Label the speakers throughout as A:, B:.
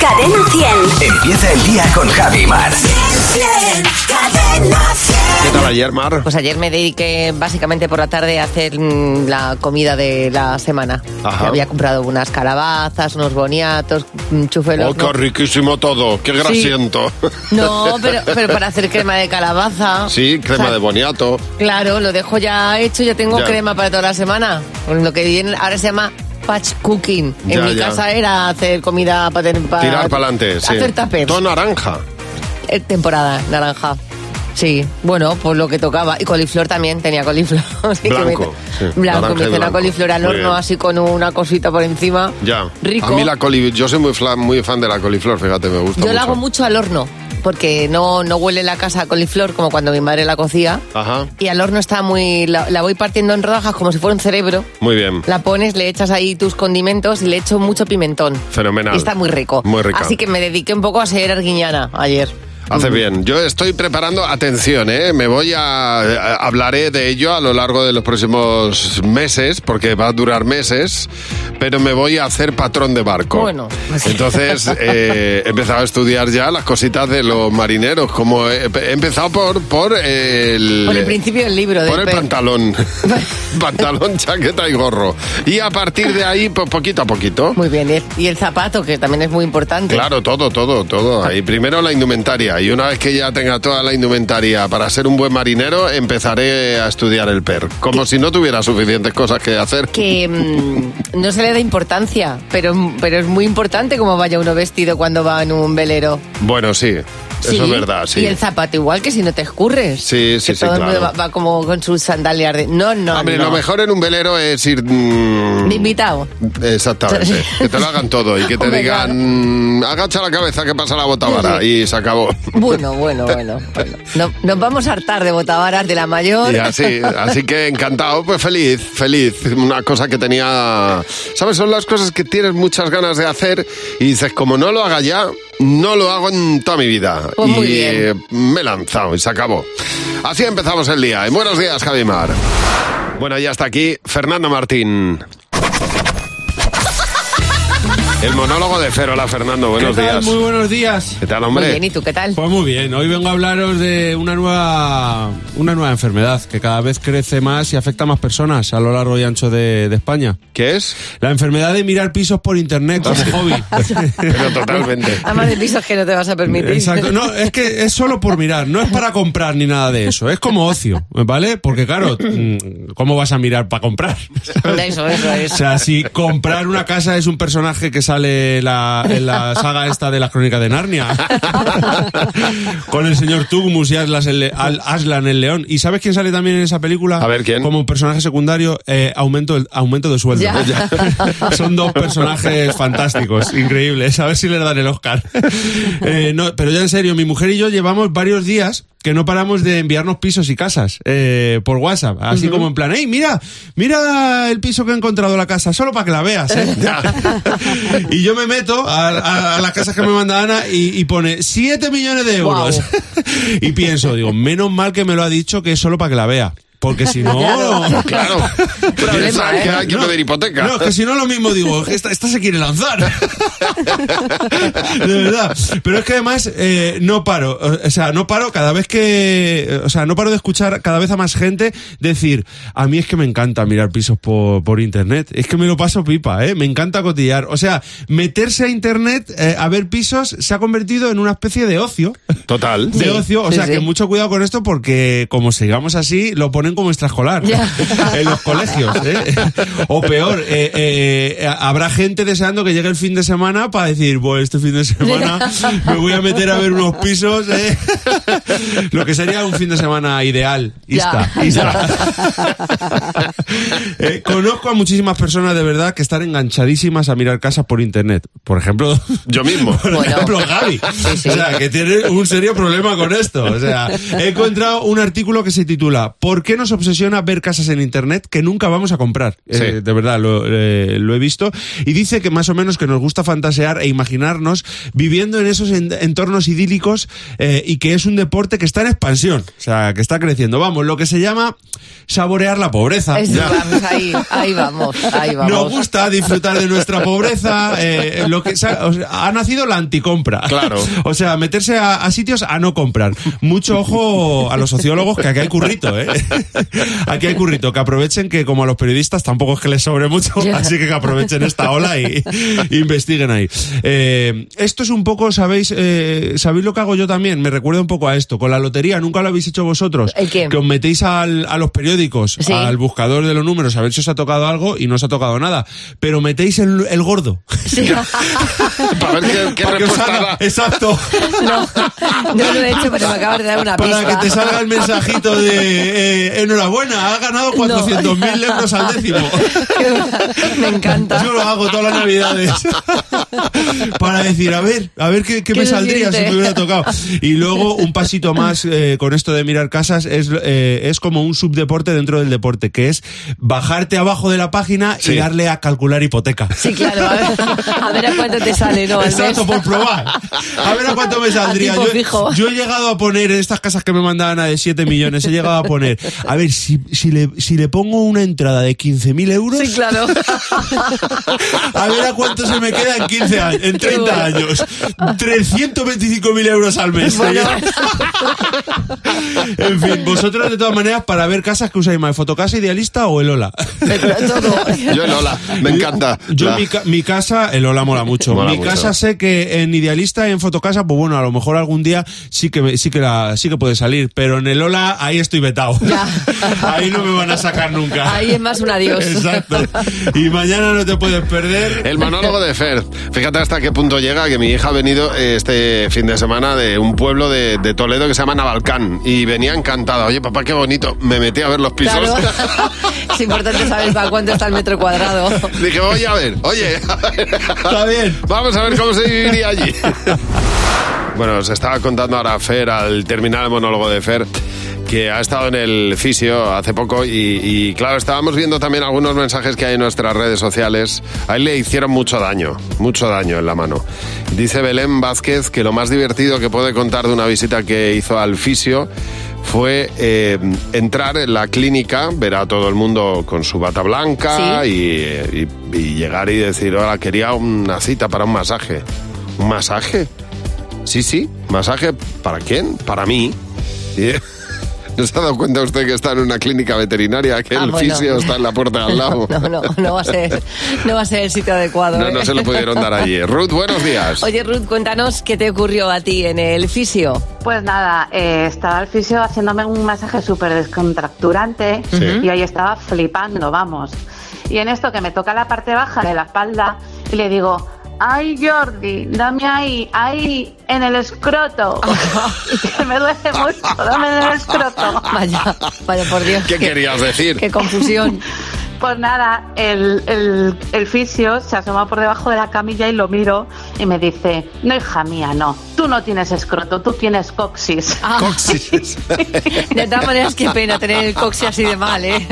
A: Cadena 100.
B: Empieza el día con Javi Mar.
A: Cadena 100.
C: ¿Qué tal ayer, Mar?
D: Pues ayer me dediqué básicamente por la tarde a hacer mm, la comida de la semana.
C: Ajá.
D: Me Había comprado unas calabazas, unos boniatos, mm, chufelos.
C: Oh, qué riquísimo todo, qué grasiento.
D: no, no, pero, pero para hacer crema de calabaza.
C: Sí, crema
D: O sea,
C: de boniato.
D: Claro, lo dejo ya hecho, ya tengo
C: Ya.
D: crema para toda la semana. Pues Lo que bien ahora se llama patch cooking. En
C: Ya,
D: mi
C: ya.
D: casa era hacer comida para tener para
C: Tirar para adelante, sí.
D: Hacer tapers.
C: Todo naranja.
D: Eh, temporada naranja. Sí, bueno, pues lo que tocaba. Y coliflor también, tenía coliflor. Así que
C: Blanco, sí,
D: me-
C: naranja
D: blanco, me
C: y
D: hice una
C: blanco.
D: coliflor al
C: Muy
D: horno
C: bien.
D: así con una cosita por encima.
C: Ya.
D: Rico.
C: A mí la coli, yo soy muy, fla- muy fan de la coliflor, fíjate, me gusta
D: Yo
C: mucho.
D: la hago mucho al horno, porque no, no huele la casa a coliflor como cuando mi madre la cocía.
C: Ajá,
D: Y al horno está muy... La, la voy partiendo en rodajas como si fuera un cerebro.
C: muy bien.
D: La pones, le echas ahí tus condimentos y le echo mucho pimentón.
C: Fenomenal.
D: Y está muy rico.
C: Muy rica.
D: Así que me dediqué un poco a ser arguiñana ayer. Mm.
C: Hace bien. Yo estoy preparando, atención, ¿eh? me voy a, a- Hablaré de ello a lo largo de los próximos meses, porque va a durar meses, pero me voy a hacer patrón de barco.
D: Bueno.
C: Entonces eh, he empezado a estudiar ya las cositas de los marineros, como he, he empezado por, por el...
D: Por el principio del libro. del
C: Por el
D: pe-
C: pantalón. pantalón, chaqueta y gorro. Y a partir de ahí, pues poquito a poquito.
D: Muy bien, y el- y el zapato, que también es muy importante.
C: Claro, todo, todo, todo.
D: Ah.
C: Ahí primero la indumentaria. Y una vez que ya tenga toda la indumentaria para ser un buen marinero, empezaré a estudiar el PER. Como si no tuviera suficientes cosas que hacer.
D: Que mm, no se le da importancia, pero, pero es muy importante cómo vaya uno vestido cuando va en un velero.
C: Bueno, sí. Eso es verdad, sí.
D: Y el zapato igual, que si no te escurres.
C: Sí, sí,
D: Que
C: sí,
D: todo el mundo
C: claro.
D: va, va como con sus sandalias de... No, no,
C: Hombre,
D: no.
C: lo mejor en un velero es ir... mm,
D: De invitado.
C: Exactamente. que te lo hagan todo y que te
D: Hombre,
C: digan... mm, Agacha la cabeza que pasa la botavara. Y se acabó.
D: Bueno, bueno, bueno. bueno. No- nos vamos a hartar de botavaras de la mayor.
C: Y así, así que encantado, pues feliz, feliz. Una cosa que tenía... ¿Sabes? Son las cosas que tienes muchas ganas de hacer y dices, como no lo haga ya, no lo hago en toda mi vida.
D: Pues
C: y
D: muy bien.
C: eh, me he lanzado y se acabó. Así empezamos el día. En buenos días, Javi Mar. Bueno, ya está aquí Fernando Martín. El monólogo de Ferola, Fernando. Buenos
E: ¿Qué tal?
C: días.
E: Muy buenos días.
C: ¿Qué tal,
D: Muy
C: hombre?
D: bien, ¿y tú qué tal?
E: Pues muy bien, hoy vengo a hablaros de una nueva, una nueva enfermedad que cada vez crece más y afecta a más personas a lo largo y ancho de, de España.
C: ¿Qué es? Ah,
E: La enfermedad de mirar pisos por internet como hobby.
C: Pero totalmente.
D: Además de pisos que no te vas a permitir.
E: Exacto. No, es que es solo por mirar, no es para comprar ni nada de eso, es como ocio, ¿vale? Porque claro, mm, ¿cómo vas a mirar para comprar?
D: Eso, eso,
E: O
D: eso.
E: sea, si comprar una casa es un personaje que sale en la- en la saga esta de las crónicas de Narnia. Con el señor Tugmus y Aslan el, le- Al- Aslan el león. ¿Y sabes quién sale también en esa película?
C: A ver, ¿quién?
E: Como un personaje secundario, eh, aumento, el- aumento de sueldo.
D: Ya.
E: Son dos personajes fantásticos, increíbles. A ver si les dan el Oscar. Eh, no, pero ya en serio, mi mujer y yo llevamos varios días que no paramos de enviarnos pisos y casas eh, por WhatsApp. Así como en plan, hey, mira, mira el piso que he encontrado la casa, solo para que la veas. ¿eh". y yo me meto a, a- a las casas que me manda Ana y, y pone 7 millones de euros. y pienso, digo, menos mal que me lo ha dicho que es solo para que la vea. Porque si no...
C: Claro.
D: Problema,
C: ¿Sabes que
D: ¿eh?
C: hay que pedir hipoteca?
E: No, es que si no lo mismo digo, esta, esta se quiere lanzar. De verdad. Pero es que además eh, no paro. O o sea, no paro cada vez que. O sea, no paro de escuchar cada vez a más gente decir: A mí es que me encanta mirar pisos por, por internet. Es que me lo paso pipa, ¿eh? Me encanta cotillar. O sea, meterse a internet eh, a ver pisos se ha convertido en una especie de ocio.
C: Total.
E: De
D: Sí,
E: ocio, o
D: sí,
E: sea
D: sí.
E: que mucho cuidado con esto porque como sigamos así lo ponen como extraescolar
D: Ya.
E: en los colegios. ¿eh? O peor, eh, eh, habrá gente deseando que llegue el fin de semana para decir, pues este fin de semana me voy a meter a ver unos pisos. ¿eh?". Lo que sería un fin de semana ideal. Ista,
D: Ya.
E: ista. Eh, conozco a muchísimas personas de verdad que están enganchadísimas a mirar casas por internet. Por ejemplo,
C: Yo mismo.
E: por
D: Bueno.
E: ejemplo, Gaby.
D: Sí, sí.
E: O sea, que tiene un serio problema con esto. O sea, he encontrado un artículo que se titula ¿Por qué nos obsesiona ver casas en internet que nunca vamos a comprar?
C: Sí.
E: Eh, de verdad, lo, eh, lo he visto. Y dice que más o menos que nos gusta fantasear e imaginarnos viviendo en esos en- entornos idílicos eh, y que es un deporte que está en expansión, o sea, que está creciendo. Vamos, lo que se llama saborear la pobreza.
D: Eso,
E: Ya.
D: vamos, ahí, ahí vamos, ahí vamos.
E: Nos gusta disfrutar de nuestra pobreza. eh, lo que, sa- o sea, ha nacido la anticompra.
C: Claro.
E: O sea, meterse a, a sitios a no comprar. Mucho ojo a los sociólogos, que aquí hay currito, ¿eh? Aquí hay currito. Que aprovechen que, como a los periodistas, tampoco es que les sobre mucho.
D: Ya.
E: Así que que aprovechen esta ola y, y investiguen ahí. Eh, esto es un poco, ¿sabéis? eh, ¿Sabéis lo que hago yo también? Me recuerda un poco a esto. Con la lotería, nunca lo habéis hecho vosotros.
D: ¿El qué?
E: Que os metéis al- a los periódicos,
D: Sí.
E: al buscador de los números, a ver si os ha tocado algo y no os ha tocado nada. Pero metéis el, el gordo.
D: Sí.
C: Para ver qué, qué
E: Para que os
C: respuesta
E: salga-
C: da.
E: exacto.
D: No, no lo he hecho, pero me acabas de dar una
E: Para que
D: pista.
E: te salga el mensajito de eh, enhorabuena, has ganado 400.000 euros al décimo.
D: Me encanta.
E: Yo lo hago todas las navidades. Para decir, a ver, a ver qué, qué me
D: ¿Qué se
E: saldría si
D: siente?
E: me hubiera tocado. Y luego un pasito más eh, con esto de mirar casas es, eh, es como un subdeporte dentro del deporte, que es bajarte abajo de la página
C: Sí.
E: y darle a calcular hipoteca.
D: Sí, claro, a ver, a ver a cuánto te sale, ¿no? Al mes.
E: Exacto, por probar. A ver a cuánto me saldría.
D: A tipo
E: Yo,
D: fijo.
E: yo he llegado a poner en estas casas que me mandaban a de 7 millones, he llegado a poner, a ver, si, si, le, si le pongo una entrada de 15.000 euros,
D: Sí, claro.
E: a ver a cuánto se me queda en 15 años, en 30
D: bueno.
E: años. 325.000 euros al mes.
D: Bueno.
E: En fin, vosotros de todas maneras, para ver casas que usáis más, ¿fotocasa idealista o el Ola?
D: Todo.
C: Yo el hola, me encanta.
E: Yo
C: La-
E: mi, ca- mi casa, el Ola mola mucho.
C: Mola
E: mi
C: mucho.
E: casa sé que en idealista y en fotocasa, pues bueno, a lo mejor algún día sí que me- sí que la, sí que puede salir, pero en el Ola ahí estoy vetado.
D: Ya.
E: Ahí no me van a sacar nunca.
D: Ahí es más un adiós.
E: Exacto. Y mañana no te puedes perder.
C: El monólogo de Fer. Fíjate hasta qué punto llega que mi hija ha venido eh, este fin de semana de un pueblo de, de Toledo que se llama Navalcán y venía encantada. Oye, papá, qué bonito. Me metí a ver los pisos.
D: Claro. Es importante saber para cuánto está el metro cuadrado.
C: Dije, voy a ver, oye, a ver.
E: Está bien.
C: Vamos a ver cómo se viviría allí. Bueno, os estaba contando ahora Fer, al terminar el monólogo de Fer, que ha estado en el fisio hace poco y, y, claro, estábamos viendo también algunos mensajes que hay en nuestras redes sociales. A él le hicieron mucho daño, mucho daño en la mano. Dice Belén Vázquez que lo más divertido que puede contar de una visita que hizo al fisio fue eh, entrar en la clínica, ver a todo el mundo con su bata blanca
D: Sí.
C: y, eh, y- y llegar y decir, hola, quería una cita para un masaje. ¿Un masaje? Sí, sí, masaje para quién? Para mí. Y- ¿No se ha dado cuenta usted que está en una clínica veterinaria, que
D: Ah,
C: el
D: bueno.
C: fisio está en la puerta de al lado?
D: No, no, no va a ser, no va a ser el sitio adecuado.
C: No,
D: ¿eh?
C: no se lo pudieron dar allí. Ruth, buenos días.
D: Oye, Ruth, cuéntanos qué te ocurrió a ti en el fisio.
A: Pues nada, eh, estaba el fisio haciéndome un masaje súper descontracturante
C: Sí.
A: y ahí estaba flipando, vamos. Y en esto que me toca la parte baja de la espalda y le digo, ay Jordi, dame ahí, ahí, en el escroto. y que me duele mucho, dame en el escroto.
D: Vaya, vaya por Dios.
C: ¿Qué querías decir?
D: Qué confusión.
A: Pues nada, el, el, el fisio se asoma por debajo de la camilla y lo miro y me dice, no hija mía, no, tú no tienes escroto, tú tienes coxis.
F: Ah.
C: Coxis.
D: De todas maneras, qué pena tener el coxi así de mal, ¿eh?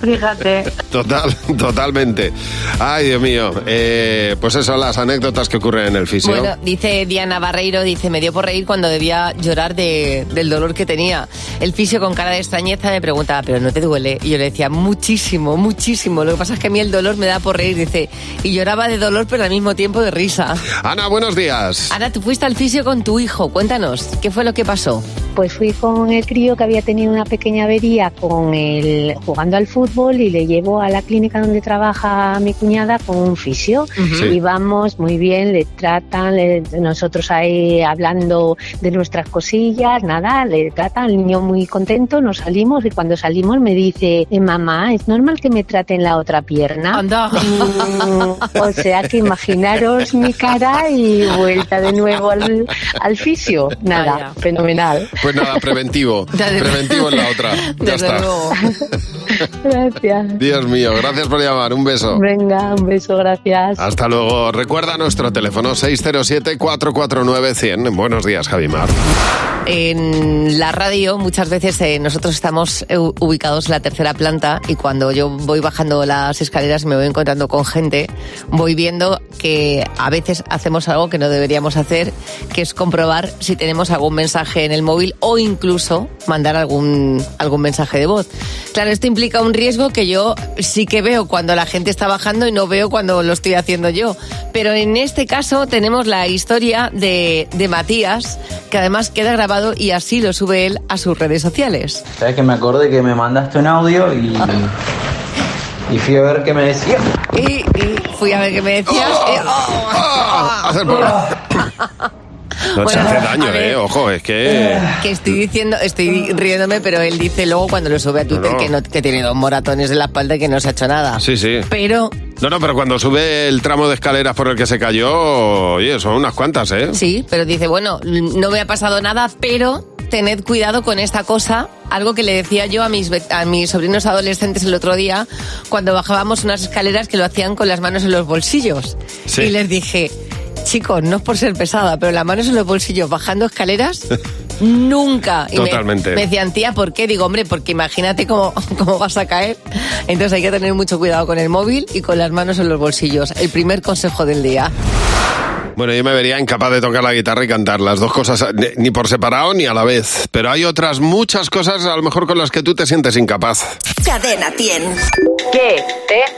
A: Fíjate.
C: Total, totalmente. Ay, Dios mío. Eh, pues eso, las anécdotas que ocurren en el fisio.
D: Bueno, dice Diana Barreiro, dice, me dio por reír cuando debía llorar de- del dolor que tenía. El fisio con cara de extrañeza me preguntaba, ¿pero no te duele? Y yo le decía, muchísimo, muchísimo. Lo que pasa es que a mí el dolor me da por reír, dice. Y lloraba de dolor, pero al mismo tiempo de risa.
C: Ana, buenos días.
D: Ana, tú fuiste al fisio con tu hijo. Cuéntanos, ¿qué fue lo que pasó?
F: Pues fui con el crío que había tenido una pequeña avería con el jugando al fútbol y le llevo a la clínica donde trabaja mi cuñada con un fisio.
C: Sí.
F: Y vamos muy bien, le tratan, le- nosotros ahí hablando de nuestras cosillas, nada, le tratan, el niño muy contento, nos salimos y cuando salimos me dice, "Eh, mamá, ¿es normal que me traten la otra pierna?
D: Anda.
F: Mm, o sea que imaginaros mi cara y vuelta de nuevo al, al fisio. Nada,
D: Vaya.
F: fenomenal.
C: Pues nada, preventivo.
D: Desde-
C: preventivo en la otra. Ya
D: Desde
C: está.
D: luego.
F: Gracias.
C: Dios mío, gracias por llamar. Un beso.
F: Venga, un beso, gracias.
C: Hasta luego. Recuerda nuestro teléfono 607-449-100. Buenos días, Javimar.
D: En la radio muchas veces eh, nosotros estamos eh, u- ubicados en la tercera planta y cuando yo voy bajando las escaleras y me voy encontrando con gente, voy viendo que a veces hacemos algo que no deberíamos hacer, que es comprobar si tenemos algún mensaje en el móvil o incluso mandar algún, algún mensaje de voz. Claro, esto implica un riesgo que yo sí que veo cuando la gente está bajando y no veo cuando lo estoy haciendo yo. Pero en este caso tenemos la historia de, de Matías, que además queda grabado y así lo sube él a sus redes sociales.
G: Sabes que me acordé que me mandaste un audio y. Y fui a ver qué me decía.
D: Y, y fui a ver qué me oh, decías. y- ¡oh!
C: Ah, hacer por- No se
D: Bueno,
C: hace
D: a
C: daño,
D: ver. Eh.
C: eh. Ojo, es que.
D: Que estoy diciendo, estoy riéndome, pero él dice luego cuando lo sube a Twitter
C: No.
D: Que, no- que tiene dos moratones en la espalda y que no se ha hecho nada.
C: Sí, sí.
D: Pero
C: No, no, pero cuando sube el tramo de escaleras por el que se cayó, oye, son unas cuantas, ¿eh?
D: Sí, pero dice, bueno, no me ha pasado nada, pero tened cuidado con esta cosa. Algo que le decía yo a mis, ve- a mis sobrinos adolescentes el otro día, cuando bajábamos unas escaleras que lo hacían con las manos en los bolsillos.
C: Sí.
D: Y les dije, chicos, no es por ser pesada, pero las manos en los bolsillos bajando escaleras... Nunca. Y me-
C: Totalmente.
D: Me, decían, tía, ¿por qué? Digo, hombre, porque imagínate cómo, cómo vas a caer. Entonces hay que tener mucho cuidado con el móvil y con las manos en los bolsillos. El primer consejo del día.
C: Bueno, yo me vería incapaz de tocar la guitarra y cantar las dos cosas ni- ni por separado ni a la vez. Pero hay otras muchas cosas a lo mejor con las que tú te sientes incapaz.
H: Cadena 100.
I: ¿Qué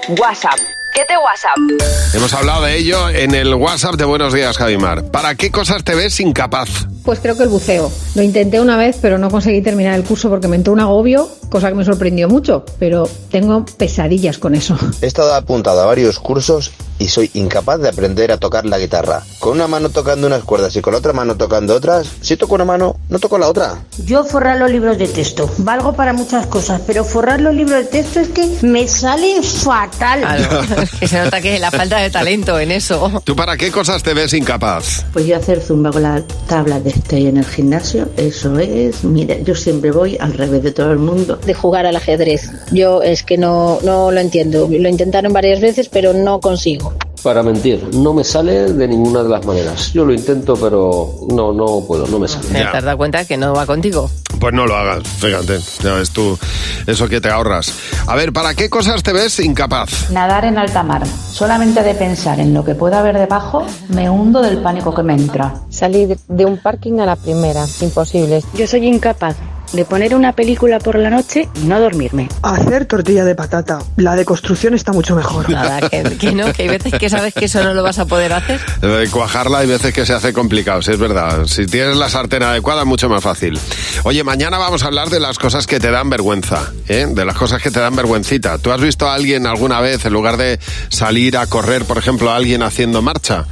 I: te WhatsApp? ¿Qué te WhatsApp?
C: Hemos hablado de ello en el WhatsApp de Buenos Días, Javimar. ¿Para qué cosas te ves incapaz?
J: Pues creo que el buceo. Lo intenté una vez, pero no conseguí terminar el curso porque me entró un agobio, cosa que me sorprendió mucho, pero tengo pesadillas con eso.
K: He estado apuntado a varios cursos y soy incapaz de aprender a tocar la guitarra. Con una mano tocando unas cuerdas y con la otra mano tocando otras, si toco una mano, no toco la otra.
L: Yo forrar los libros de texto. Valgo para muchas cosas, pero forrar los libros de texto es que me salen fatal.
D: Claro, es que se nota que es la falta de talento en eso.
C: ¿Tú para qué cosas te ves incapaz?
M: Pues yo hacer zumba con la tabla de este en el gimnasio, eso es. Mira, yo siempre voy al revés de todo el mundo.
N: de jugar al ajedrez. Yo es que no, no lo entiendo. Lo intentaron varias veces, pero no consigo.
O: Para mentir, no me sale de ninguna de las maneras. Yo lo intento, pero no, no puedo, no me sale.
D: Te has dado cuenta que no va contigo.
C: Pues no lo hagas, fíjate. Ya ves tú eso que te ahorras. A ver, ¿para qué cosas te ves incapaz?
P: Nadar en alta mar. Solamente de pensar en lo que pueda haber debajo, me hundo del pánico que me entra.
Q: Salir de un parking a la primera, imposible. Yo soy incapaz de poner una película por la noche y no dormirme.
R: Hacer tortilla de patata. La de construcción está mucho mejor.
D: Nada, que, que no, que hay veces que sabes que eso no lo vas a poder hacer.
C: Lo de cuajarla hay veces que se hace complicado, sí, es verdad. Si tienes la sartén adecuada, mucho más fácil. Oye, mañana vamos a hablar de las cosas que te dan vergüenza, ¿eh? de las cosas que te dan vergüencita. ¿Tú has visto a alguien alguna vez, en lugar de salir a correr, por ejemplo, a alguien haciendo marcha?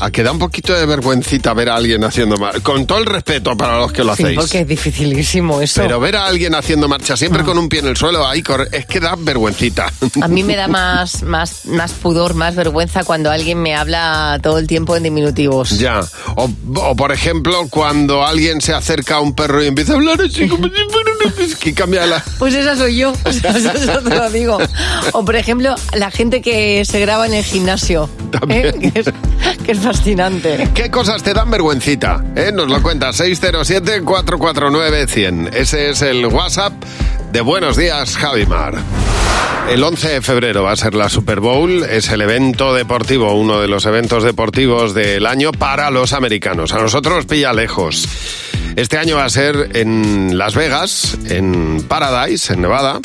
C: A que da un poquito de vergüencita ver a alguien haciendo marcha. Con todo el respeto para los que lo
D: Sí,
C: hacéis.
D: porque es dificilísimo eso.
C: Pero ver a alguien haciendo marcha siempre con un pie en el suelo, ahí corre- es que da vergüencita.
D: Ah. A mí me da más, más, más pudor, más vergüenza cuando alguien me habla todo el tiempo en diminutivos.
C: Ya. O, o, por ejemplo, cuando alguien se acerca a un perro y empieza a hablar así como si fuera una pez- que cambia la.
D: Pues esa soy yo, o sea, eso, eso te lo digo. O por ejemplo, la gente que se graba en el gimnasio, ¿eh? que, es, que es fascinante.
C: ¿Qué cosas te dan vergüencita? ¿Eh? Nos lo cuenta 607-449-100. Ese es el WhatsApp de Buenos Días, Javimar. El 11 de febrero va a ser la Super Bowl, es el evento deportivo, uno de los eventos deportivos del año para los americanos. A nosotros nos pilla lejos. Este año va a ser en Las Vegas, en Paradise, en Nevada,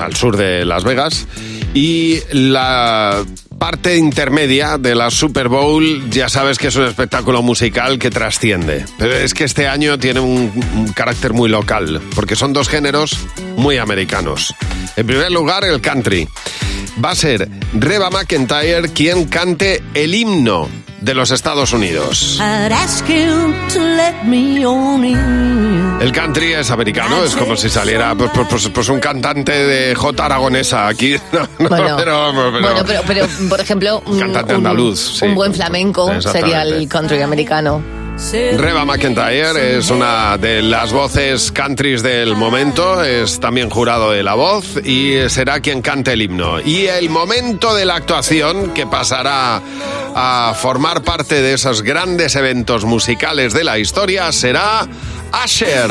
C: al sur de Las Vegas. Y la parte intermedia de la Super Bowl, ya sabes que es un espectáculo musical que trasciende. Pero es que este año tiene un, un carácter muy local, porque son dos géneros muy americanos. En primer lugar, el country. Va a ser Reba McIntyre quien cante el himno de los Estados Unidos.
H: I'd ask him to let me on in.
C: El country es americano, es como si saliera pues, pues, pues- pues un cantante de J aragonesa aquí. No, no,
D: Bueno,
C: pero, pero-
D: Bueno, pero, pero por ejemplo, un,
C: Cantante
D: un-
C: andaluz, sí.
D: un buen flamenco
C: Exactamente.
D: sería el country americano.
C: Reba McIntyre es una de las voces countries del momento, es también jurado de la voz y será quien cante el himno. Y el momento de la actuación que pasará a formar parte de esos grandes eventos musicales de la historia será Asher.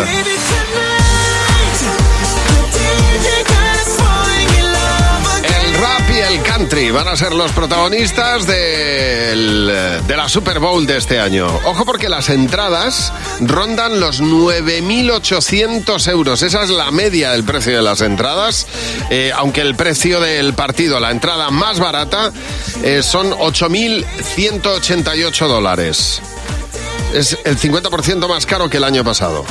C: El rap y el country van a ser los protagonistas del- de la Super Bowl de este año. Ojo porque las entradas rondan los 9.800 euros. Esa es la media del precio de las entradas. Eh, aunque el precio del partido, la entrada más barata, eh, son 8.188 dólares. Es el 50% más caro que el año pasado.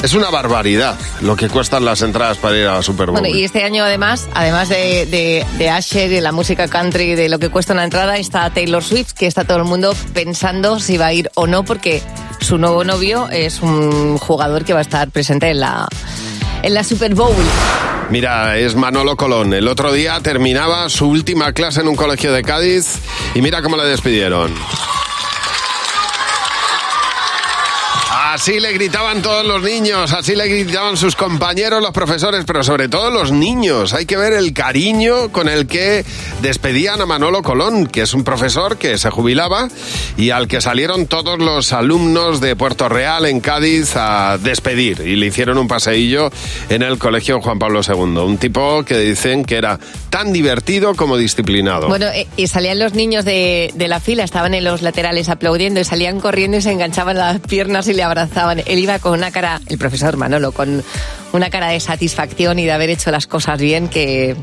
C: Es una barbaridad lo que cuestan las entradas para ir a la Super Bowl.
D: Bueno, y este año además, además de, de, de Asher, de la música country, de lo que cuesta una entrada, está Taylor Swift, que está todo el mundo pensando si va a ir o no, porque su nuevo novio es un jugador que va a estar presente en la, en la Super Bowl.
C: Mira, es Manolo Colón. El otro día terminaba su última clase en un colegio de Cádiz y mira cómo le despidieron. Así le gritaban todos los niños, así le gritaban sus compañeros, los profesores, pero sobre todo los niños. Hay que ver el cariño con el que despedían a Manolo Colón, que es un profesor que se jubilaba y al que salieron todos los alumnos de Puerto Real en Cádiz a despedir. Y le hicieron un paseillo en el colegio Juan Pablo II. Un tipo que dicen que era tan divertido como disciplinado.
D: Bueno, eh, y salían los niños de, de la fila, estaban en los laterales aplaudiendo y salían corriendo y se enganchaban las piernas y le abrazaban. Él iba con una cara, el profesor Manolo, con una cara de satisfacción y de haber hecho las cosas bien, que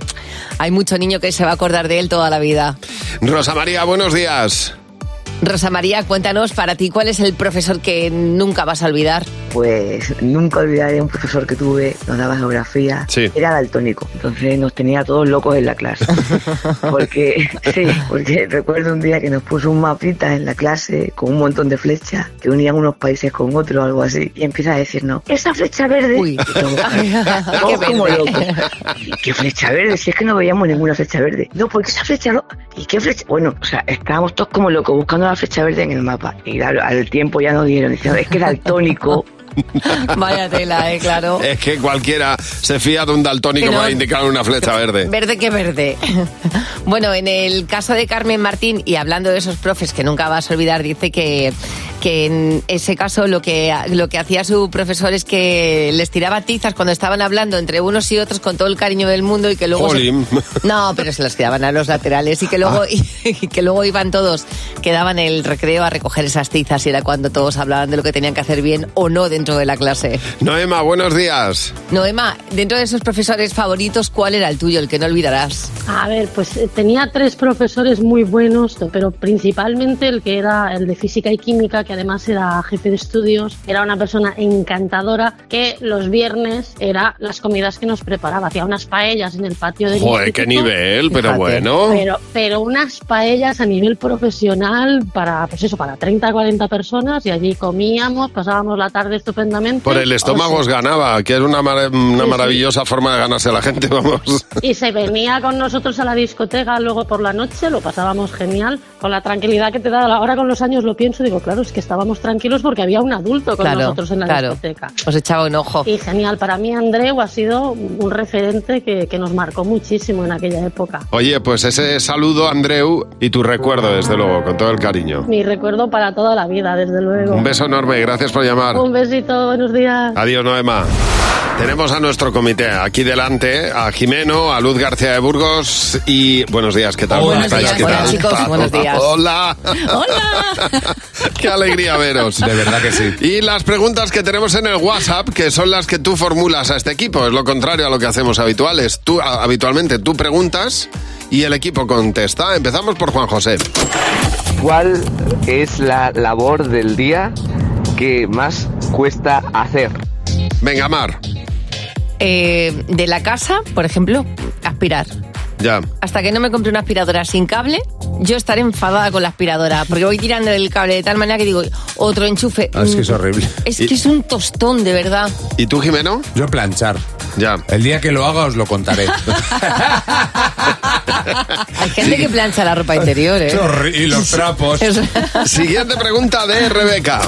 D: hay mucho niño que se va a acordar de él toda la vida.
C: Rosa María, buenos días.
D: Rosa María, cuéntanos para ti cuál es el profesor que nunca vas a olvidar.
S: Pues nunca olvidaré un profesor que tuve, nos daba geografía, era daltónico, entonces nos tenía todos locos en la clase. porque, sí, porque recuerdo un día que nos puso un mapita en la clase con un montón de flechas que unían unos países con otros o algo así, y empieza a decirnos, esa flecha verde. Uy,
D: Qué
S: como
D: verde.
S: locos. ¿Y Ah, ¿Qué flecha verde? Si es que no veíamos ninguna flecha verde. No, porque esa flecha no. ¿Y qué flecha? Bueno, o sea, estábamos todos como locos buscando la flecha verde en el mapa. Y al, al tiempo ya nos dieron, diciendo, es que daltónico.
D: Vaya tela, eh, claro.
C: Es que cualquiera se fía de un daltónico
D: Que no.
C: para indicar una flecha verde.
D: Verde que verde. Bueno, en el caso de Carmen Martín, y hablando de esos profes que nunca vas a olvidar, dice que, que en ese caso lo que, lo que hacía su profesor es que les tiraba tizas cuando estaban hablando entre unos y otros con todo el cariño del mundo y que luego... se-
C: Jolín.
D: No, pero se las quedaban a los laterales y que luego,
C: Ah.
D: y que luego iban todos, quedaban el recreo a recoger esas tizas y era cuando todos hablaban de lo que tenían que hacer bien o no dentro de la clase.
C: Noema, buenos días.
D: Noema, dentro de esos profesores favoritos, ¿cuál era el tuyo, el que no olvidarás?
T: A ver, pues eh, tenía tres profesores muy buenos, pero principalmente el que era el de física y química, que además era jefe de estudios, era una persona encantadora que los viernes era las comidas que nos preparaba, hacía unas paellas en el patio de
C: Joder, qué nivel, pero bueno.
T: Pero, pero unas paellas a nivel profesional para, pues eso, para 30, 40 personas y allí comíamos, pasábamos la tarde estupendamente.
C: Por el estómago
T: O
C: os
T: sea,
C: ganaba, que era una, mar- una
T: sí.
C: maravillosa forma de ganarse a la gente, vamos.
T: Y se venía con nosotros a la discoteca luego por la noche, lo pasábamos genial, con la tranquilidad que te da. Ahora con los años lo pienso, digo, claro, es que estábamos tranquilos porque había un adulto con
D: Claro,
T: nosotros en la
D: claro.
T: discoteca.
D: Os echaba un ojo.
T: Y genial, para mí Andreu ha sido un referente que, que nos marcó muchísimo en aquella época.
C: Oye, pues ese saludo, Andreu, y tu recuerdo, desde luego, con todo el cariño.
T: Mi recuerdo para toda la vida, desde luego.
C: Un beso enorme, gracias por llamar.
T: Un besito, buenos días.
C: Adiós, Noema. Tenemos a nuestro comité aquí delante, a Jimeno, a Luz García de Burgos y... Buenos días, ¿qué tal?
D: Buenos
C: ¿Cómo estáis?
D: días,
C: ¿Qué
D: buenos
C: tal?
D: chicos,
C: Ah,
D: buenos días.
C: Hola. Qué alegría veros. De verdad que sí. Y las preguntas que tenemos en el WhatsApp, que son las que tú formulas a este equipo, es lo contrario a lo que hacemos habituales. Tú, a- habitualmente tú preguntas y el equipo contesta. Empezamos por Juan José.
U: ¿Cuál es la labor del día que más cuesta hacer?
C: Venga, Mar.
D: Eh, de la casa, por ejemplo, aspirar.
C: Ya.
D: Hasta que no me compre una aspiradora sin cable, yo estaré enfadada con la aspiradora, porque voy tirando el cable de tal manera que digo, otro enchufe.
C: Ah,
D: Mm,
V: horrible.
D: es que es un tostón, de verdad.
C: ¿Y tú, Jimeno?
V: Yo planchar.
C: Ya.
V: El día que lo haga os lo contaré.
D: Hay gente que plancha la ropa interior, ¿eh?
C: Y los trapos. Siguiente pregunta de Rebeca.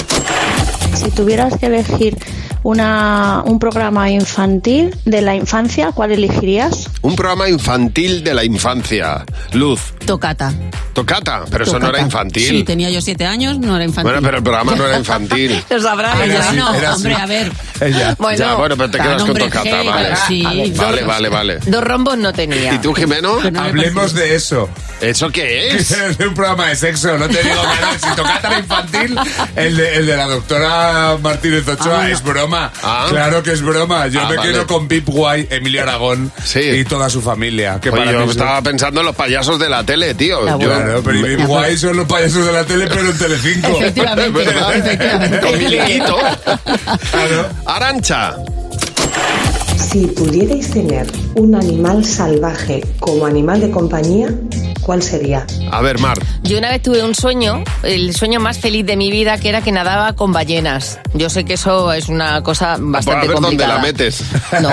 T: Si tuvieras que elegir una, un programa infantil de la infancia, ¿cuál elegirías?
C: Un programa infantil de la infancia. Luz.
A: Tocata.
C: Tocata, pero eso no era infantil.
A: Sí, tenía yo siete años, no era infantil.
C: Bueno, pero el programa no era infantil.
A: Lo sabrá
C: Era
A: ella.
C: así,
A: no,
C: era así.
A: hombre, a ver.
C: Ella. Bueno,
A: Bueno.
C: ya, bueno pero te
A: Claro,
C: quedas con
A: hombre,
C: Tocata,
A: hey,
C: vale.
A: sí.
C: Vale, vale, vale.
D: Dos rombos no tenía.
C: ¿Y tú, Jimeno?
J: Hablemos de eso.
C: ¿Eso qué es?
J: Es un programa de sexo, no te digo que no. Si tocata la infantil, el de, el de la doctora Martínez Ochoa
C: Ah.
J: es broma.
C: Ah.
J: Claro que es broma. Yo
C: Ah,
J: me
C: vale.
J: quedo con Pip Guay, Emilio Aragón y toda su familia. Que
C: Oye,
J: para
C: Pues yo
J: mí es-
C: estaba pensando en los payasos de la tele, tío.
J: Claro,
C: Yo-
J: pero y Pip Guay son los payasos de la tele, pero en Telecinco.
C: Efectivamente,
J: ¿Verdad?
C: efectivamente. Con Miliquito. Arancha.
Q: Si pudierais tener un animal salvaje como animal de compañía, ¿cuál sería?
C: A ver, Mar.
D: Yo una vez tuve un sueño, el sueño más feliz de mi vida, que era que nadaba con ballenas. Yo sé que eso es una cosa
C: Ah, pues a
D: bastante
C: ver dónde
D: complicada.
C: la metes.
D: No,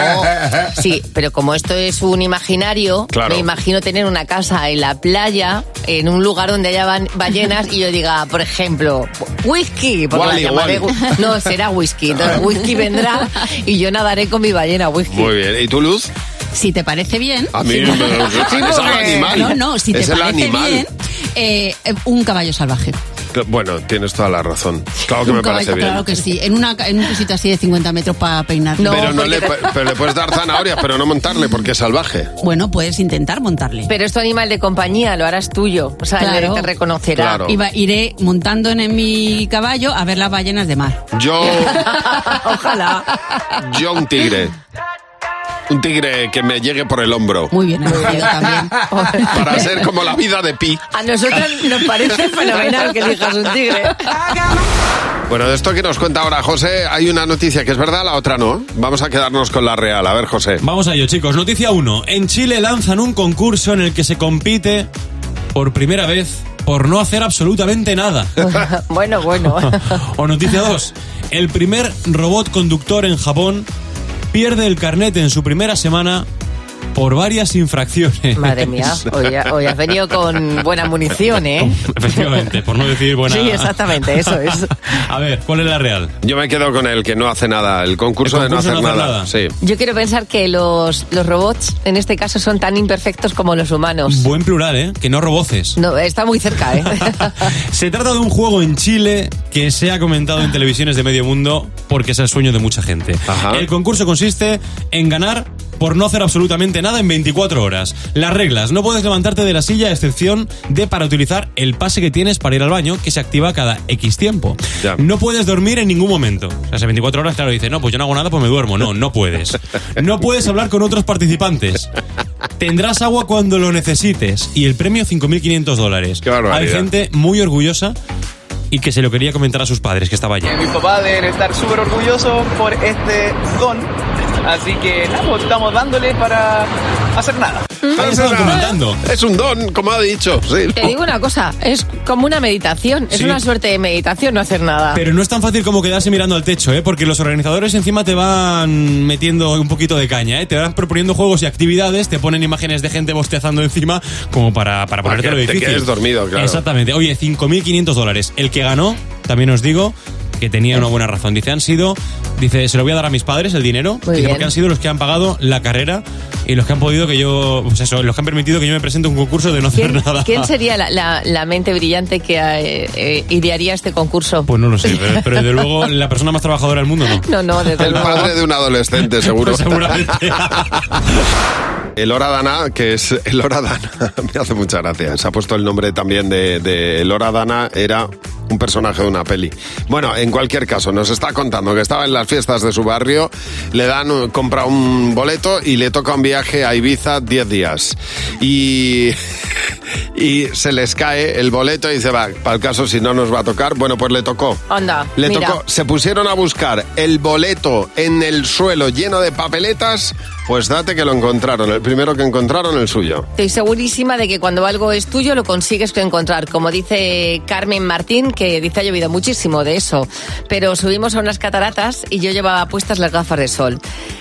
D: sí, pero como esto es un imaginario,
C: Claro.
D: me imagino tener una casa en la playa, en un lugar donde haya ban- ballenas y yo diga, por ejemplo, whisky, porque
C: Wally,
D: la llamaré
C: Wally.
D: gu- no, será whisky, entonces whisky vendrá y yo nadaré con mi ballena whisky.
C: Muy bien. ¿Y tú, Luz?
A: Si te parece bien.
C: A mí
A: si-
C: me- es el animal.
A: No, no, si te
C: Es el
A: parece
C: animal.
A: bien, eh, eh, un caballo salvaje.
C: Que- Bueno, tienes toda la razón. Claro que
A: un
C: me parece
A: caballo,
C: bien.
A: claro que sí. En, una, ca- en un pisito así de 50 metros para peinar.
C: pero, no le, pu- pero le puedes dar zanahorias, pero no montarle porque es salvaje.
A: Bueno, puedes intentar montarle.
D: Pero es tu animal de compañía, lo harás tuyo, o sea,
A: Claro.
D: te reconocerá.
C: Claro.
A: Iba- iré montando en mi caballo a ver las ballenas de mar.
C: Yo,
A: Ojalá.
C: yo un tigre. Un tigre que me llegue por el hombro.
A: Muy bien, elegido también.
C: Para ser como la vida de Pi.
D: A nosotras nos parece fenomenal que elijas un tigre.
C: Bueno, de esto que nos cuenta ahora José, hay una noticia que es verdad, la otra no. Vamos a quedarnos con la real. A ver, José.
W: Vamos a ello, chicos. Noticia 1. En Chile lanzan un concurso en el que se compite por primera vez por no hacer absolutamente nada.
D: bueno, bueno.
W: o noticia 2. El primer robot conductor en Japón pierde el carnet en su primera semana por varias infracciones.
D: Madre mía, hoy, ha- hoy has venido con buena munición, ¿eh?
W: Efectivamente, por no decir buena...
D: Sí, exactamente, eso es.
W: A ver, ¿cuál es la real?
C: Yo me quedo con el que no hace nada, el concurso,
W: El concurso
C: de no hacer nada. Sí.
D: Yo quiero pensar que los, los robots, en este caso, son tan imperfectos como los humanos.
W: Buen plural, ¿eh? Que no roboces.
D: No, está muy cerca, ¿eh?
W: Se trata de un juego en Chile que se ha comentado en televisiones de medio mundo porque es el sueño de mucha gente. El concurso consiste en ganar por no hacer absolutamente nada en 24 horas. Las reglas, no puedes levantarte de la silla a excepción de para utilizar el pase que tienes para ir al baño que se activa cada X tiempo. No puedes dormir en ningún momento. O sea, hace 24 horas, claro, dices, no, pues yo no hago nada, pues me duermo. No, no puedes. No puedes hablar con otros participantes. Tendrás agua cuando lo necesites y el premio 5.500 dólares. Hay gente muy orgullosa y que se lo quería comentar a sus padres, que estaba allí.
I: Mis papás deben estar súper orgullosos por este don. Así que nada, pues, estamos dándole para hacer nada.
C: Ahí estaba
W: comentando.
C: Es un don, como ha dicho. Sí.
D: Te digo una cosa, es como una meditación, es
W: Sí.
D: una suerte de meditación no hacer nada.
W: Pero no es tan fácil como quedarse mirando al techo, ¿eh? porque los organizadores encima te van metiendo un poquito de caña, ¿eh? te van proponiendo juegos y actividades, te ponen imágenes de gente bostezando encima como para,
C: Para que
W: para ponerte lo
C: te
W: difícil.
C: quedes dormido, claro.
W: Exactamente. Oye, 5.500 dólares. El que ganó, también os digo que tenía una buena razón. Dice, han sido, dice, se lo voy a dar a mis padres el dinero,
D: Muy
W: dice,
D: bien.
W: porque han sido los que han pagado la carrera y los que han podido que yo, pues eso, los que han permitido que yo me presente a un concurso de no hacer nada.
D: ¿Quién sería la, la- la mente brillante que eh, eh, idearía este concurso?
W: Pues no lo sé, pero, pero desde luego la persona más trabajadora del mundo no.
D: No, no, desde
C: El
D: luego.
C: padre de un adolescente, seguro.
W: Pues seguramente.
C: El Hora Dana, que es El Hora Dana, me hace mucha gracia. Se ha puesto el nombre también de, de El Hora Dana, era un personaje de una peli. Bueno, en cualquier caso, nos está contando que estaba en las fiestas de su barrio, le dan, un- compra un boleto y le toca un viaje a Ibiza 10 días. Y, y se les cae el boleto y dice, va, para el caso si no nos va a tocar, bueno, pues le tocó.
D: Anda,
C: Le
D: mira.
C: tocó, se pusieron a buscar el boleto en el suelo lleno de papeletas Pues date que lo encontraron, el primero que encontraron, el suyo.
D: Estoy segurísima de que cuando algo es tuyo lo consigues encontrar. Como dice Carmen Martín, que dice ha llovido muchísimo de eso. Pero subimos a unas cataratas y yo llevaba puestas las gafas de sol.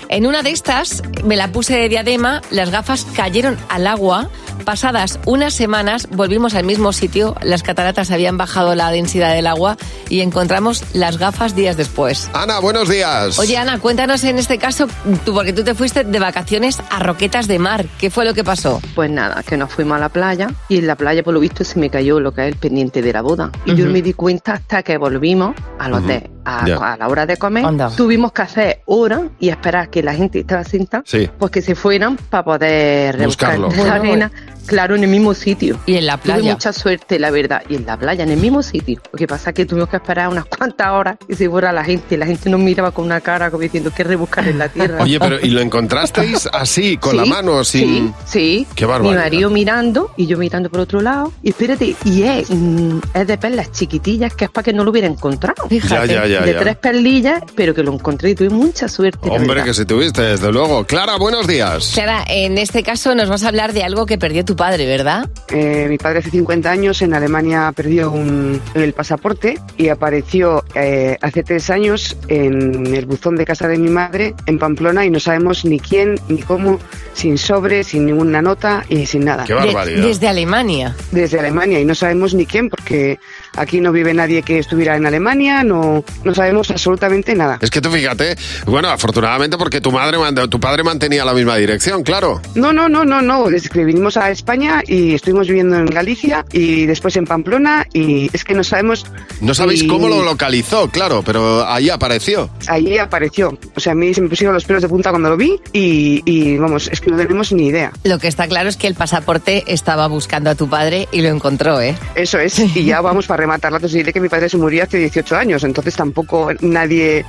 D: En una de estas me la puse de diadema, las gafas cayeron al agua. Pasadas unas semanas volvimos al mismo sitio, las cataratas habían bajado la densidad del agua y encontramos las gafas días después.
C: Ana, buenos días.
D: Oye Ana, cuéntanos en este caso, tú, porque tú te fuiste de vacaciones a Roquetas de Mar, ¿qué fue lo que pasó?
A: Pues nada, que nos fuimos a la playa y en la playa por lo visto se me cayó lo que es el pendiente de la boda. Y yo
D: Ujú.
A: me di cuenta hasta que volvimos al hotel. A,
D: Ya.
A: a la hora de comer
D: Anda.
A: tuvimos que hacer hora y esperar que la gente estaba sentada,
C: Sí.
A: pues que se fueran para poder rebuscar
C: Buscarlo.
A: la arena. Claro, en el mismo sitio.
D: Y en la
A: Tuve
D: playa.
A: mucha suerte, la verdad. Y en la playa, en el mismo sitio. Lo que pasa es que tuvimos que esperar unas cuantas horas y se fuera la gente. La gente nos miraba con una cara como diciendo, ¿qué rebuscar en la tierra?
C: Oye, pero ¿y lo encontrasteis así, con la
A: Sí,
C: mano, sin...?
A: Sí, sí.
C: Qué barbaridad.
A: Mi marido mirando y yo mirando por otro lado. Y espérate, y es, mm, es de perlas chiquitillas que es para que no lo hubiera encontrado.
C: Fíjate. Ya, ya, ya,
A: de
C: ya.
A: tres perlillas, pero que lo encontré y tuve mucha suerte. la
C: Hombre,
A: verdad.
C: que si tuviste, desde luego. Clara, buenos días.
D: Clara, en este caso nos vas a hablar de algo que perdió tu padre, ¿verdad?
F: Eh, mi padre hace 50 años en Alemania perdió un- el pasaporte y apareció eh, hace tres años en el buzón de casa de mi madre en Pamplona y no sabemos ni quién ni cómo, sin sobre, sin ninguna nota y sin nada.
D: De- desde Alemania.
F: Desde Alemania y no sabemos ni quién porque aquí no vive nadie que estuviera en Alemania, no, no sabemos absolutamente nada.
C: Es que tú fíjate, bueno, afortunadamente porque tu madre, manda- tu padre mantenía la misma dirección, claro.
F: No, no, no, no, no. Desde que vinimos a España y estuvimos viviendo en Galicia y después en Pamplona y es que no sabemos.
C: No sabéis
F: ni-
C: cómo lo localizó, claro, pero ahí apareció.
F: Allí apareció. O sea, a mí se me pusieron los pelos de punta cuando lo vi y, y, vamos, es que no tenemos ni idea.
D: Lo que está claro es que el pasaporte estaba buscando a tu padre y lo encontró, ¿eh?
F: Eso es, y ya vamos para rematar la diré que mi padre se murió hace 18 años, entonces tampoco nadie,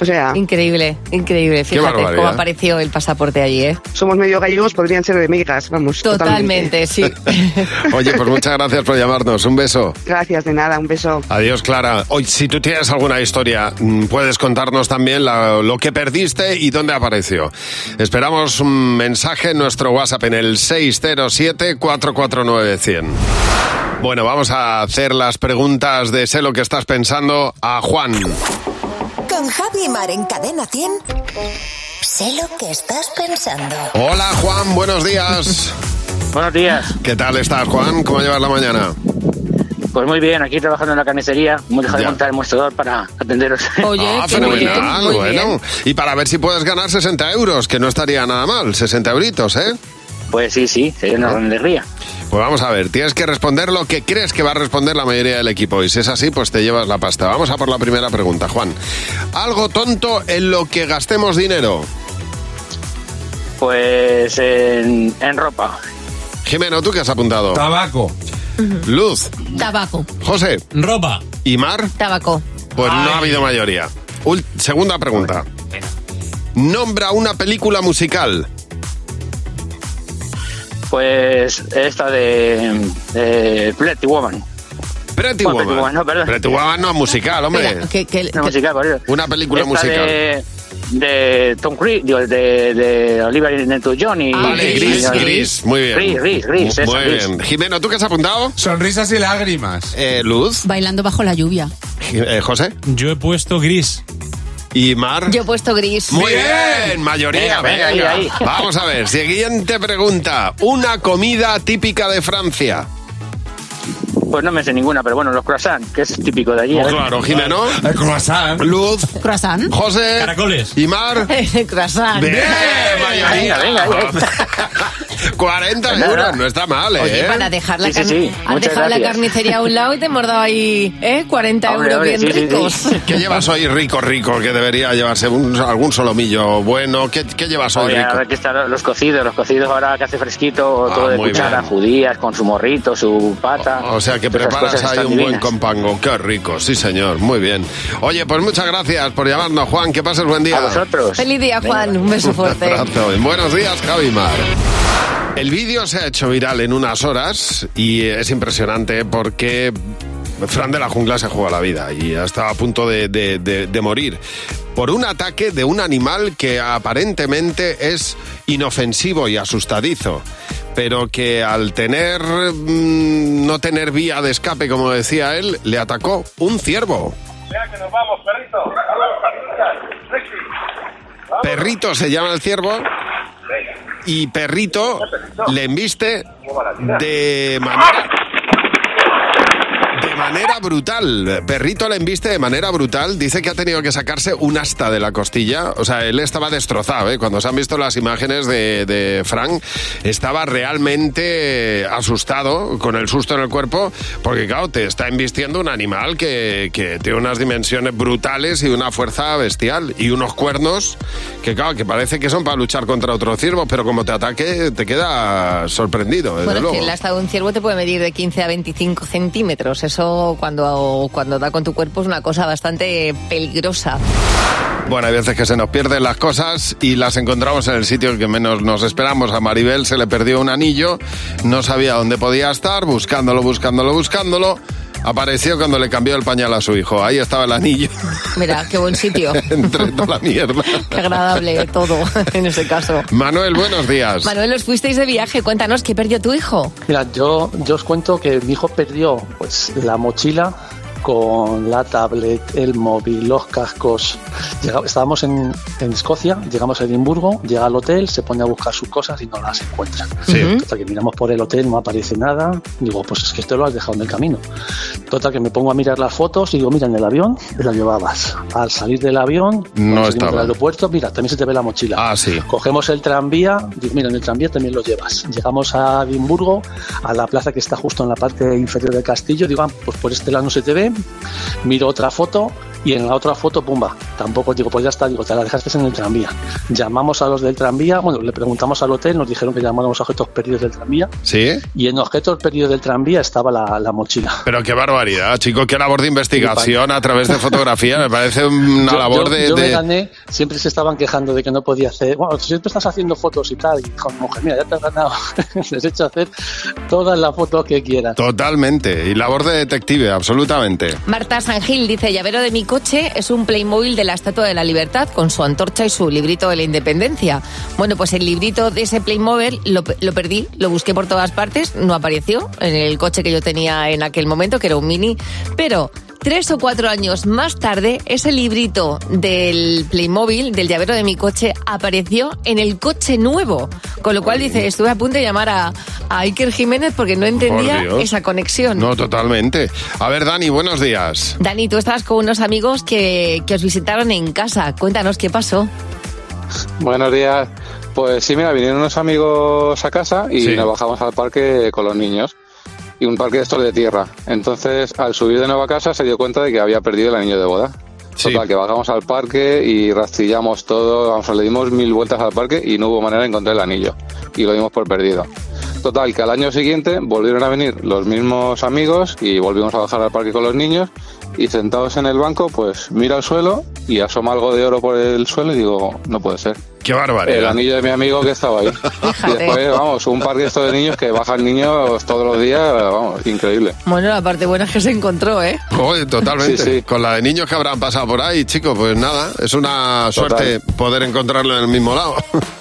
F: o sea...
D: Increíble, increíble, Fíjate cómo apareció el pasaporte allí, ¿eh?
F: Somos medio gallegos, podrían ser de migas, vamos.
D: Totalmente, sí.
C: Oye, pues muchas gracias por llamarnos. Un beso.
F: Gracias, de nada, un beso.
C: Adiós, Clara. Hoy, si tú tienes alguna historia, mm, puedes contarnos también la- lo que perdiste y dónde apareció. Esperamos un mensaje en nuestro WhatsApp en el 607-449-100. Bueno, vamos a hacer las preguntas de sé lo que estás pensando a Juan.
G: Con Javi Mar en Cadena 100. Sé lo que estás pensando.
C: Hola, Juan, buenos días.
I: Buenos días.
C: ¿Qué tal estás, Juan? ¿Cómo llevas la mañana?
I: Pues muy bien, aquí trabajando en la carnicería. Hemos dejado de montar el mostrador para atenderos.
C: ah, fenomenal, bueno. Y para ver si puedes ganar 60 euros, que no estaría nada mal, 60 euritos, ¿eh?
I: Pues sí, sí, sería una rondería.
C: Pues vamos a ver, tienes que responder lo que crees que va a responder la mayoría del equipo. Y si es así, pues te llevas la pasta. Vamos a por la primera pregunta, Juan. Algo tonto en lo que gastemos dinero.
I: Pues en, en ropa.
C: Jimeno, ¿tú qué has apuntado?
I: Tabaco.
C: Luz.
D: Tabaco.
C: José.
E: Ropa.
C: ¿Y Mar?
D: Tabaco.
C: Pues no ha habido mayoría. Ul- segunda pregunta. Nombra una película musical.
I: Pues esta de, de Pretty Woman.
C: Pretty
I: Bueno,
C: Woman.
I: Pretty Woman, no, perdón.
C: Pretty Woman no es musical, hombre.
I: Espera,
D: Que, que-
I: Una
D: que-
I: musical, por Dios.
C: Una película
I: Esta
C: musical.
I: De, de Tom Cruise, digo, de, de Oliver Newton-John y...
C: Ah, Vale,
I: y-
C: gris,
I: y-
C: gris, muy bien.
I: Gris, gris, gris. esa,
C: Muy
I: gris.
C: bien. Jimeno, ¿tú qué has apuntado?
J: Sonrisas y lágrimas.
C: Eh, Luz.
V: Bailando bajo la lluvia.
C: Eh, José.
J: Yo he puesto gris.
C: ¿Y Mar?
D: Yo he puesto gris.
C: Muy bien, mayoría.
D: Venga, venga,
C: venga.
D: ahí, ahí.
C: Vamos a ver, siguiente pregunta. Una comida típica de Francia.
I: Pues no me sé ninguna, pero bueno, los croissants, que es típico de allí. ¿eh?
C: Pues claro, Jimeno.
D: Eh,
J: El croissant.
C: Luz.
V: Croissant.
C: José. Caracoles. Y Mar.
D: Croissant.
C: Bien, mayoría.
D: Venga, venga, ahí
C: 40
I: Nada.
C: euros, no está mal, ¿eh.
D: Pues Oye, para dejar la,
C: Sí, sí,
D: carni-
C: sí.
D: has
C: Muchas
D: dejado la
C: gracias.
D: carnicería a un lado y te hemos dado ahí ¿eh? 40 euros bien ricos.
C: ¿Qué llevas hoy rico, rico? Que debería llevarse un- algún solomillo bueno. ¿Qué, qué llevas hoy
I: Oye,
C: rico?
I: ahora aquí están los cocidos, los cocidos ahora que hace fresquito,
C: Ah,
I: todo de
C: muy
I: cuchara,
C: bien.
I: judías, con su morrito, su pata.
C: O sea que
I: Esas
C: preparas
I: cosas
C: ahí
I: están
C: un buen
I: divinas.
C: compango. Qué rico, sí señor, muy bien. Oye, pues muchas gracias por llamarnos, Juan. Que pases buen día.
I: A vosotros.
D: Feliz día, Juan. Un beso fuerte.
C: Pues Un abrazo. Buenos días, Javi Mar. El vídeo se ha hecho viral en unas horas y es impresionante porque Fran de la jungla se juega la vida y está a punto de, de- de- de morir por un ataque de un animal que aparentemente es inofensivo y asustadizo, pero que al tener mm, no tener vía de escape, como decía él, le atacó un ciervo.
K: que nos vamos, perrito.
C: Perrito se llama el ciervo y Perrito le embiste de manera de manera brutal. Perrito le embiste de manera brutal. Dice que ha tenido que sacarse un asta de la costilla. O sea, él estaba destrozado. ¿eh? Cuando se han visto las imágenes de, de Frank, estaba realmente eh, asustado con el susto en el cuerpo. Porque, claro, te está embistiendo un animal que, que tiene unas dimensiones brutales y una fuerza bestial. Y unos cuernos que, claro, que parece que son para luchar contra otro ciervo. Pero como te ataque, te queda sorprendido, desde
D: Bueno, es
C: luego.
D: que el asta de un ciervo te puede medir de 15 a 25 centímetros. Eso cuando, cuando da con tu cuerpo es una cosa bastante peligrosa.
C: Bueno, hay veces que se nos pierden las cosas y las encontramos en el sitio en que menos nos esperamos. A Maribel se le perdió un anillo, no sabía dónde podía estar, buscándolo, buscándolo, buscándolo. Apareció cuando le cambió el pañal a su hijo. Ahí estaba el anillo
D: Mira, qué buen sitio.
C: entre toda la mierda.
D: Qué agradable todo en este caso.
C: Manuel, buenos días.
D: Manuel, os fuisteis de viaje. Cuéntanos qué perdió tu hijo.
L: Mira, yo, yo os cuento que mi hijo perdió pues la mochila con la tablet, el móvil, los cascos. Llega- estábamos en, en Escocia, llegamos a Edimburgo, llega al hotel, se pone a buscar sus cosas y no las encuentra. Total, que miramos por el hotel, no aparece nada. Digo, pues es que esto lo has dejado en el camino. Total, que me pongo a mirar las fotos y digo, mira, en el avión te la llevabas. Al salir del avión,
C: No
L: cuando salimos
C: estaba.
L: del aeropuerto, mira, también se te ve la mochila.
C: Ah, sí.
L: Cogemos el tranvía, digo, mira, en el tranvía también lo llevas. Llegamos a Edimburgo, a la plaza que está justo en la parte inferior del castillo, digo, ah, pues por este lado no se te ve, miro otra foto y en la otra foto, pumba, tampoco digo, pues ya está, digo, te la dejaste en el tranvía. Llamamos a los del tranvía, bueno, le preguntamos al hotel, nos dijeron que llamáramos a objetos perdidos del tranvía
C: ¿Sí?
L: y en objetos perdidos del tranvía estaba la, la mochila.
C: Pero qué barbaridad, chicos, qué labor de investigación a través de fotografía. Me parece una
L: Yo-
C: labor
L: yo-
C: de...
L: yo me
C: de-
L: gané, siempre se estaban quejando de que no podía hacer. Bueno, siempre estás haciendo fotos y tal. Y con mujer, mira, ya te has ganado. Les he hecho hacer todas las fotos que quieras.
C: Totalmente. Y labor de detective, absolutamente.
D: Marta Sangil dice, llavero de mi coche es un Playmobil de la Estatua de la Libertad con su antorcha y su librito de la Independencia. Bueno, pues el librito de ese Playmobil lo, pe- lo perdí, lo busqué por todas partes, no apareció en el coche que yo tenía en aquel momento, que era un mini, pero... Tres o cuatro años más tarde, ese librito del Playmobil, del llavero de mi coche, apareció en el coche nuevo. Con lo cual, dice, estuve a punto de llamar a, a Iker Jiménez porque no entendía
C: Dios.
D: esa conexión.
C: No, totalmente. A ver, Dani, buenos días.
D: Dani, tú estabas con unos amigos que, que os visitaron en casa. Cuéntanos qué pasó.
M: Buenos días. Pues sí, mira, vinieron unos amigos a casa y nos bajamos al parque con los niños. Y un parque de estos de tierra. Entonces, al subir de nuevo a casa, se dio cuenta de que había perdido el anillo de boda. Total, que bajamos al parque y rastillamos todo, vamos, le dimos mil vueltas al parque y no hubo manera de encontrar el anillo. Y lo dimos por perdido. Total, que al año siguiente volvieron a venir los mismos amigos y volvimos a bajar al parque con los niños y sentados en el banco, pues miro al suelo y asoma algo de oro por el suelo y digo, no puede ser.
C: Qué barbaridad.
M: El anillo de mi amigo que estaba ahí. y después, vamos, un parque esto de niños que bajan niños todos los días, vamos, increíble.
D: Bueno, la parte buena es que se encontró, ¿eh?
C: Joder, totalmente.
M: Sí, sí.
C: Con la de niños que habrán pasado por ahí, chicos, pues nada, es una suerte poder encontrarlo en el mismo lado.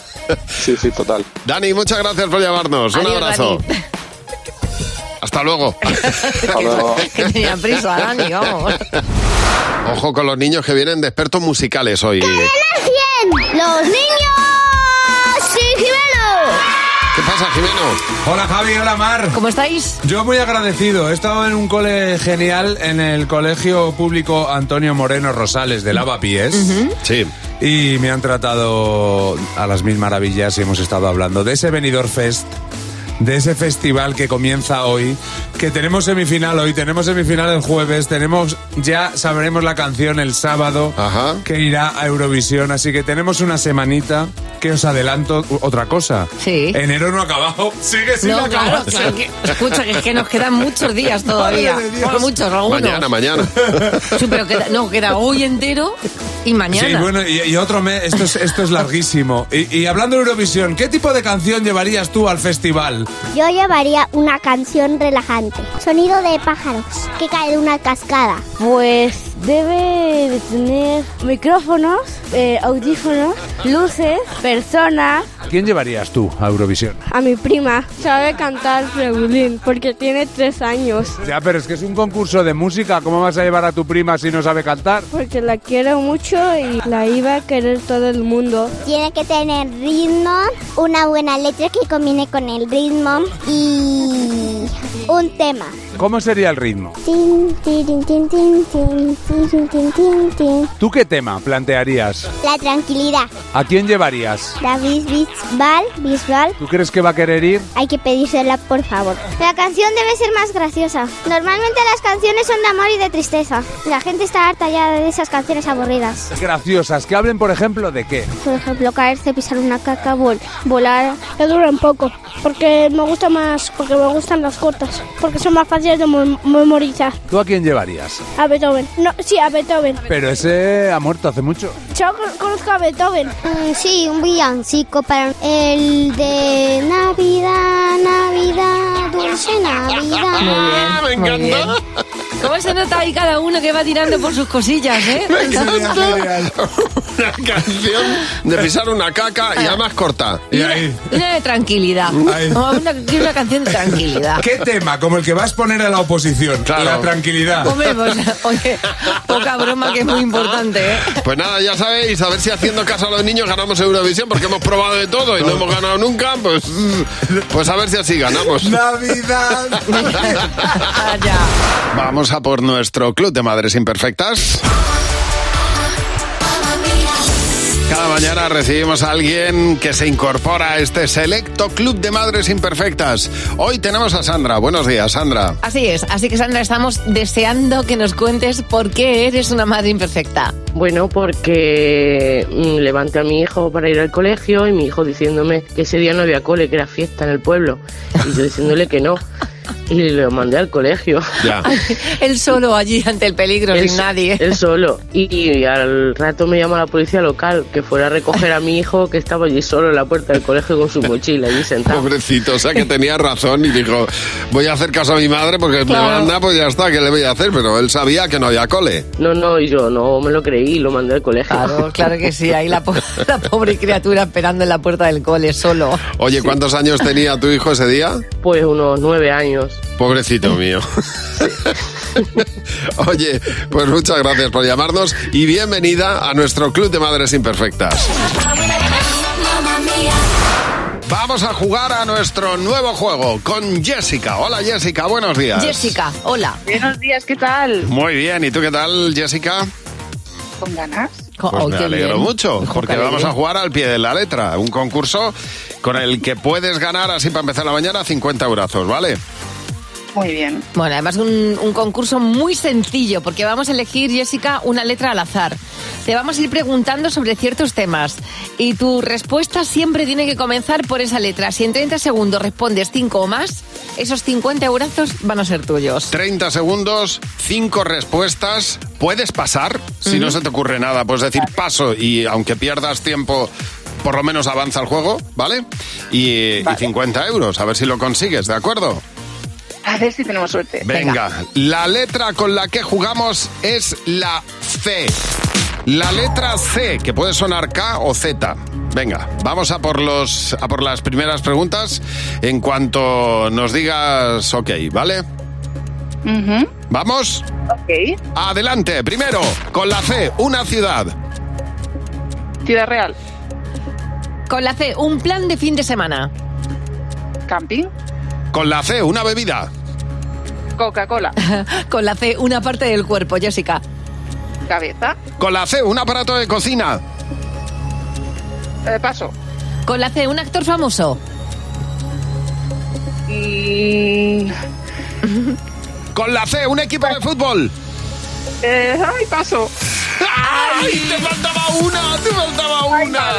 M: Sí, sí, total.
C: Dani, muchas gracias por llamarnos. Un
D: Adiós,
C: abrazo. Hasta luego.
D: Que tenía prisa, Dani, vamos.
C: Ojo con los niños que vienen de expertos musicales hoy.
N: ¡Los niños! ¡Sí,
C: ¿Qué pasa, Jimeno?
J: Hola Javi, hola Mar.
D: ¿Cómo estáis?
J: Yo muy agradecido. He estado en un cole genial, en el Colegio Público Antonio Moreno Rosales de Lavapiés.
C: Sí.
J: Y me han tratado a las mil maravillas y hemos estado hablando de ese Benidorm Fest. De ese festival que comienza hoy, que tenemos semifinal hoy, tenemos semifinal el jueves, tenemos ya sabremos la canción el sábado que irá a Eurovisión, así que tenemos una semanita que os adelanto u- otra cosa.
D: Sí.
J: Enero no ha acabado, sigue sin
D: ¿Eh? No,
J: acabar.
D: claro, claro que- escucha, que es que nos quedan muchos días todavía.
J: Madre de Dios.
D: Bueno, muchos, algunos.
C: Mañana, mañana.
D: Sí, pero queda, no, queda hoy entero y mañana.
J: Sí, bueno, y, y otro mes, esto es, esto es larguísimo. Y, y hablando de Eurovisión, ¿qué tipo de canción llevarías tú al festival? Isabel?
N: Yo llevaría una canción relajante. Sonido de pájaros que cae de una cascada.
K: Pues debe de tener micrófonos, eh, audífonos, luces, personas.
J: ¿Quién llevarías tú a Eurovisión?
K: A mi prima sabe cantar regulín porque tiene tres años.
J: Ya, pero es que es un concurso de música. ¿Cómo vas a llevar a tu prima si no sabe cantar?
K: Porque la quiero mucho y la iba a querer todo el mundo.
N: Tiene que tener ritmo, una buena letra que combine con el ritmo y un tema.
J: ¿Cómo sería el ritmo?
N: Tin, tirin, tin, tin, tin, tirin, tin, tin, tin.
J: ¿Tú qué tema plantearías?
N: La tranquilidad.
J: ¿A quién llevarías?
N: David Bisbal, Bisbal.
J: ¿Tú crees que va a querer ir?
N: Hay que pedírsela, por favor. La canción debe ser más graciosa. Normalmente las canciones son de amor y de tristeza. La gente está harta ya de esas canciones aburridas.
J: Graciosas, que hablen, por ejemplo, de qué.
N: Por ejemplo, caerse, pisar una caca, vol- volar.
K: Que duran poco, porque me gusta más, porque me gustan las cortas, porque son más fáciles de mem- memorizar.
J: ¿Tú a quién llevarías?
K: A Beethoven. No, sí, a Beethoven.
J: Pero ese ha muerto hace mucho.
N: Yo conozco a Beethoven. Mm, sí, un villancico para el de Navidad, Navidad, dulce Navidad.
J: Ah,
D: Muy bien.
N: Me
D: muy
N: encanta.
D: bien. ¿Cómo se nota ahí cada uno que va tirando por sus cosillas, eh?
C: Me encanta. Una canción de pisar una caca y además corta.
J: Y ahí.
D: Una de tranquilidad.
J: Ahí.
D: Una, una canción de tranquilidad.
J: ¿Qué tema? Como el que vas a poner a la oposición. La tranquilidad.
D: Hombre, pues, oye, poca broma que es muy importante, ¿eh?
C: Pues nada, ya sabéis, a ver si haciendo caso a los niños ganamos Eurovisión, porque hemos probado de todo y no hemos ganado nunca, pues, pues a ver si así ganamos.
J: Navidad.
D: Ah,
C: Vamos a por nuestro Club de Madres Imperfectas. Cada mañana recibimos a alguien que se incorpora a este selecto Club de Madres Imperfectas. Hoy tenemos a Sandra. Buenos días, Sandra.
D: Así es, así que Sandra, estamos deseando que nos cuentes por qué eres una madre imperfecta.
O: Bueno, porque mm, levanté a mi hijo para ir al colegio y mi hijo diciéndome que ese día no había cole, que era fiesta en el pueblo. Y yo diciéndole que no. Y lo mandé al colegio.
D: Él solo allí ante el peligro,
O: Él
D: sin
O: so-
D: nadie.
O: Él solo. Y, y al rato me llama la policía local que fuera a recoger a mi hijo que estaba allí solo en la puerta del colegio con su mochila allí sentado.
C: Pobrecito, o sea que tenía razón y dijo, voy a hacer caso a mi madre porque
O: Claro.
C: me manda, pues ya está, ¿qué le voy a hacer? Pero él sabía que no había cole.
O: No, no, y yo no me lo creí y lo mandé al colegio.
D: Claro, claro que sí, ahí la, po- la pobre criatura esperando en la puerta del cole solo.
C: Oye, ¿cuántos años tenía tu hijo ese día?
O: Pues unos nueve años.
C: Pobrecito mío. Oye, pues muchas gracias por llamarnos y bienvenida a nuestro Club de Madres Imperfectas. Vamos a jugar a nuestro nuevo juego con Jessica. Hola Jessica, buenos días.
D: Jessica, hola.
P: Buenos días, ¿qué tal?
C: Muy bien, ¿y tú qué tal, Jessica?
P: ¿Con ganas?
D: oh,
C: Pues me alegro mucho, porque vamos a jugar al pie de la letra. Un concurso con el que puedes ganar, así para empezar la mañana, 50 eurazos, ¿vale?
P: Muy bien.
D: Bueno, además un, un concurso muy sencillo, porque vamos a elegir, Jessica, una letra al azar. Te vamos a ir preguntando sobre ciertos temas y tu respuesta siempre tiene que comenzar por esa letra. Si en 30 segundos respondes 5 o más, esos 50 eurazos van a ser tuyos.
C: 30 segundos, 5 respuestas. Puedes pasar, si no se te ocurre nada, puedes decir paso y aunque pierdas tiempo, por lo menos avanza el juego, ¿vale? Y, eh, y 50 euros, a ver si lo consigues, ¿de acuerdo?
P: A ver si tenemos suerte.
C: Venga. la letra con la que jugamos es la C. La letra C, que puede sonar K o Z. Venga, vamos a por, los, a por las primeras preguntas en cuanto nos digas ok, ¿vale?
P: Ujú.
C: ¿Vamos?
P: Ok.
C: Adelante, primero, con la C, una ciudad.
P: Ciudad Real.
D: Con la C, un plan de fin de semana.
P: Camping.
C: Con la C, una bebida.
P: Coca-Cola.
D: Con la C, una parte del cuerpo, Jessica.
P: Cabeza.
C: Con la C, un aparato de cocina.
P: Eh, paso.
D: Con la C, un actor famoso.
P: Mm,
C: Con la C, un equipo de fútbol.
P: eh, ay, paso.
C: ¡Ay! ¡Te faltaba una! ¡Te faltaba una!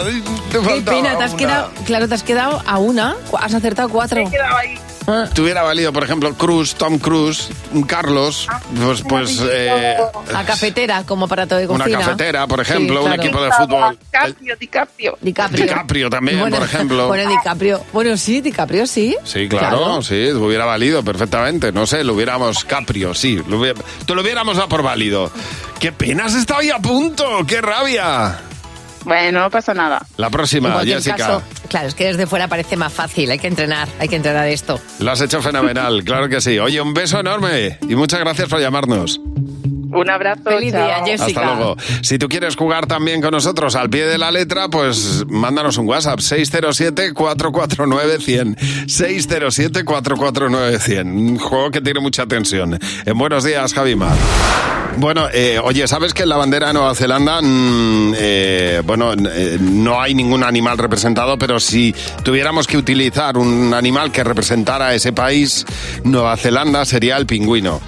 C: Ay, te
D: Qué
C: faltaba
D: pena, te has
C: una.
D: quedado. Claro, te has quedado a una. Has acertado cuatro.
P: Me he quedado ahí.
D: ¿eh?
C: Te hubiera valido, por ejemplo, Cruz, Tom Cruise, Carlos, pues, pues
P: Ah,
C: eh,
D: La cafetera como aparato de
C: una
D: cocina.
C: cafetera, por ejemplo,
D: Sí,
C: un
D: claro.
C: equipo de fútbol.
P: DiCaprio, DiCaprio.
D: DiCaprio.
C: DiCaprio también,
D: Bueno,
C: por ejemplo.
D: Bueno, DiCaprio. Bueno, sí, DiCaprio sí.
C: Sí, claro, sí, lo hubiera valido perfectamente. No sé, lo hubiéramos Caprio, sí. Lo hubiera- te lo hubiéramos dado por válido. ¡Qué pena! Has estado ahí a punto. ¡Qué rabia!
P: Bueno, no pasa nada.
C: La
D: En
C: próxima,
D: cualquier
C: Jessica.
D: caso, claro, es que desde fuera parece más fácil. Hay que entrenar, hay que entrenar esto.
C: Lo has hecho fenomenal, claro que sí. Oye, un beso enorme y muchas gracias por llamarnos.
P: Un abrazo.
D: Feliz día,
P: chao.
D: Jessica.
C: Hasta luego. Si tú quieres jugar también con nosotros al pie de la letra, pues mándanos un WhatsApp 607-449-100. 607-449-100. Un juego que tiene mucha tensión. En buenos días, Javimar. Bueno, eh, oye, ¿sabes que en la bandera de Nueva Zelanda, mm, eh, bueno, n- eh, no hay ningún animal representado, pero si tuviéramos que utilizar un animal que representara a ese país, Nueva Zelanda sería el pingüino.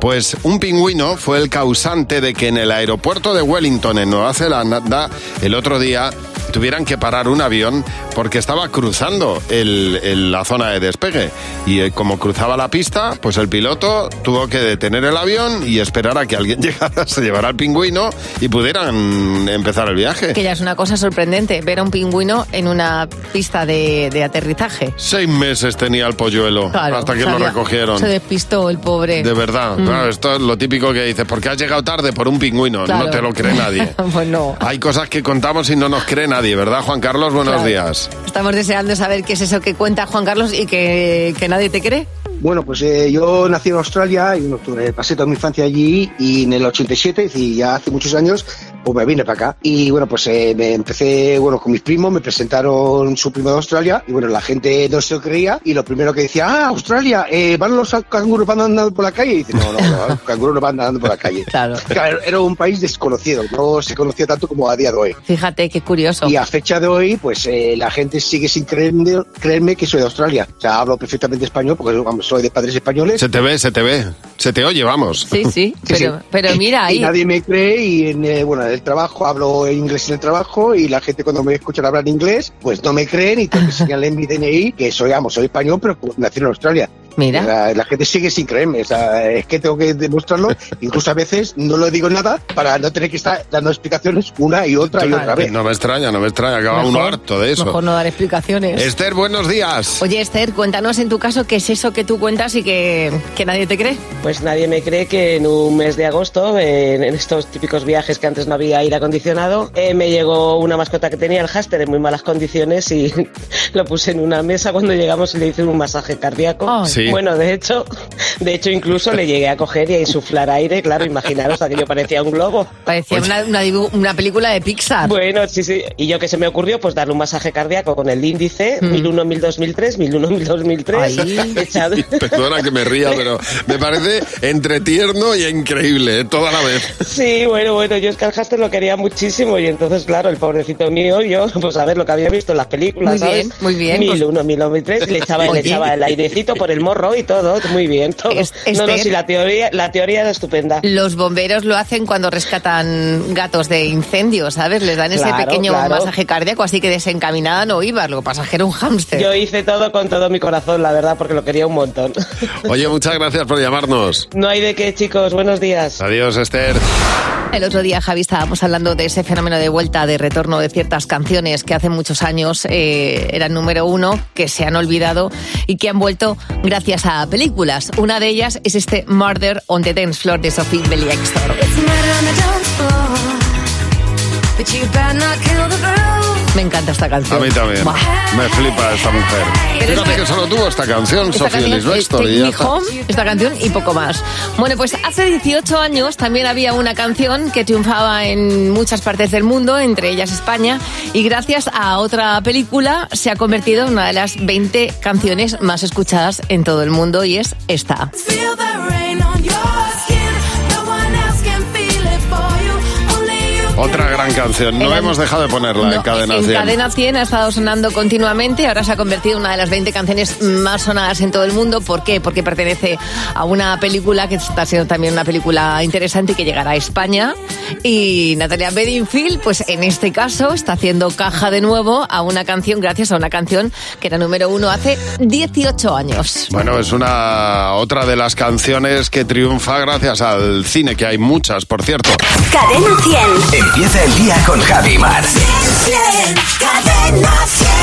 C: Pues un pingüino fue el causante de que en el aeropuerto de Wellington, en Nueva Zelanda, el otro día tuvieran que parar un avión porque estaba cruzando el- el- la zona de despegue. Y eh, como cruzaba la pista, pues el piloto tuvo que detener el avión y esperar a que alguien llegara, se llevara al pingüino y pudieran empezar el viaje.
D: Que ya es una cosa sorprendente ver a un pingüino en una pista de, de aterrizaje.
C: Seis meses tenía el polluelo
D: Claro,
C: hasta que
D: se
C: lo
D: había-
C: recogieron.
D: Se despistó el pobre.
C: De verdad,
D: Mm.
C: claro, esto es lo típico que dices, porque has llegado tarde por un pingüino,
D: Claro.
C: no te lo cree nadie.
D: pues no.
C: Hay cosas que contamos y no nos cree nadie, ¿verdad, Juan Carlos? Buenos
D: Claro.
C: días.
D: Estamos deseando saber qué es eso que cuenta Juan Carlos y que, que nadie te cree.
H: Bueno, pues eh, yo nací en Australia y en octubre pasé toda mi infancia allí y en el 87, es decir, ya hace muchos años, pues me vine para acá. Y bueno, pues eh, me empecé, bueno, con mis primos, me presentaron su primo de Australia y bueno, la gente no se lo creía y lo primero que decía, ah, Australia, eh, van los canguros van andando por la calle. Y dice, no, no, no, los canguros no van andando por la calle.
D: Claro.
H: era un país desconocido, no se conocía tanto como a día de hoy.
D: Fíjate qué curioso.
H: Y a fecha de hoy, pues eh, la gente sigue sin creerme, creerme que soy de Australia. O sea, hablo perfectamente español porque vamos, soy de padres españoles.
C: Se te ve, se te ve, se te oye, vamos.
D: Sí, sí, pero, pero mira
H: Y
D: ahí.
H: nadie me cree y en, eh, bueno, en el trabajo hablo inglés en el trabajo y la gente cuando me escuchan hablar inglés, pues no me creen y tengo que enseñarle en mi DNI que soy, amo, soy español, pero pues, nací en Australia.
D: Mira.
H: La, la gente sigue sin creerme, o sea, es que tengo que demostrarlo, incluso a veces no lo digo nada para no tener que estar dando explicaciones una y otra y otra vez.
C: No me extraña, no me extraña, acaba
H: Mejor,
C: uno harto de eso.
D: Mejor no dar explicaciones.
C: Esther, buenos días.
D: Oye, Esther, cuéntanos en tu caso qué es eso que tú cuentas y que, que nadie te cree.
Q: Pues nadie me cree que en un mes de agosto, eh, en, en estos típicos viajes que antes no había aire acondicionado, eh, me llegó una mascota que tenía el háster en muy malas condiciones y lo puse en una mesa cuando llegamos y le hice un masaje cardíaco.
R: Sí.
Q: Bueno, de hecho, de hecho incluso le llegué a coger y a insuflar aire, claro, imaginaros, aquello parecía un globo.
D: Parecía una, una dibu- una película de Pixar.
Q: Bueno, sí, sí. ¿Y yo que se me ocurrió? Pues darle un masaje cardíaco con el índice,
D: Mm.
Q: 1001, 2003, 1001, 2003. Echado.
C: Perdona que me ría, pero me parece entre tierno y increíble, eh, toda la vez.
Q: Sí, bueno, bueno, yo es que al Haster lo quería muchísimo y entonces, claro, el pobrecito mío, yo, pues a ver lo que había visto en las películas,
D: Muy
Q: ¿sabes?
D: bien, muy bien, pues-
Q: Mil uno, mil dos, mil tres, y le echaba,
D: Muy
Q: le
D: bien.
Q: echaba el airecito por el morro y todo, muy bien, todo. no, no,
D: Esther.
Q: sí, la teoría, la teoría era estupenda.
D: Los bomberos lo hacen cuando rescatan gatos de incendio, ¿sabes? Les dan ese
Q: Claro,
D: pequeño
Q: claro.
D: masaje cardíaco, así que desencaminada no iba, lo pasajero un hámster.
Q: Yo hice todo con todo mi corazón, la verdad, porque lo quería un montón.
C: Oye, muchas gracias por llamarnos.
Q: No hay de qué, chicos, buenos días.
C: Adiós, Esther.
D: El otro día, Javi, estábamos hablando de ese fenómeno de vuelta, de retorno de ciertas canciones que hace muchos años eh, eran número uno, que se han olvidado y que han vuelto gracias a películas. Una de ellas es este Murder on the Dance Floor de Sophie Beliextor. Me encanta esta
C: A
D: canción.
C: mí también.
D: Buah.
C: Me flipa esta mujer.
D: Pero
C: Fíjate
D: es
C: que solo tuvo esta canción,
D: Esta
C: Sofía
D: canción es
C: Lisbeth, y
D: Take
C: ya
D: Me
C: está.
D: Home, esta canción y poco más. Bueno, pues hace 18 años también había una canción que triunfaba en muchas partes del mundo, entre ellas España, y gracias a otra película se ha convertido en una de las 20 canciones más escuchadas en todo el mundo y es esta.
S: Feel the rain on your skin. No one else can feel it for you. Only you
C: Otra gran canción. No
D: Era-
C: hemos dejado de ponerla en Cadena
D: En
C: 100.
D: Cadena 100 ha estado sonando continuamente y ahora se ha convertido en una de las 20 canciones más sonadas en todo el mundo. ¿Por qué? Porque pertenece a una película que está siendo también una película interesante y que llegará a España. Y Natalia Bedingfield, pues en este caso, está haciendo caja de nuevo a una canción, gracias a una canción que era número uno hace 18 años.
C: Bueno, es una otra de las canciones que triunfa gracias al cine, que hay muchas, por cierto.
G: Cadena 100.
B: Empieza el día con Javi Mar.
G: Cadena 100.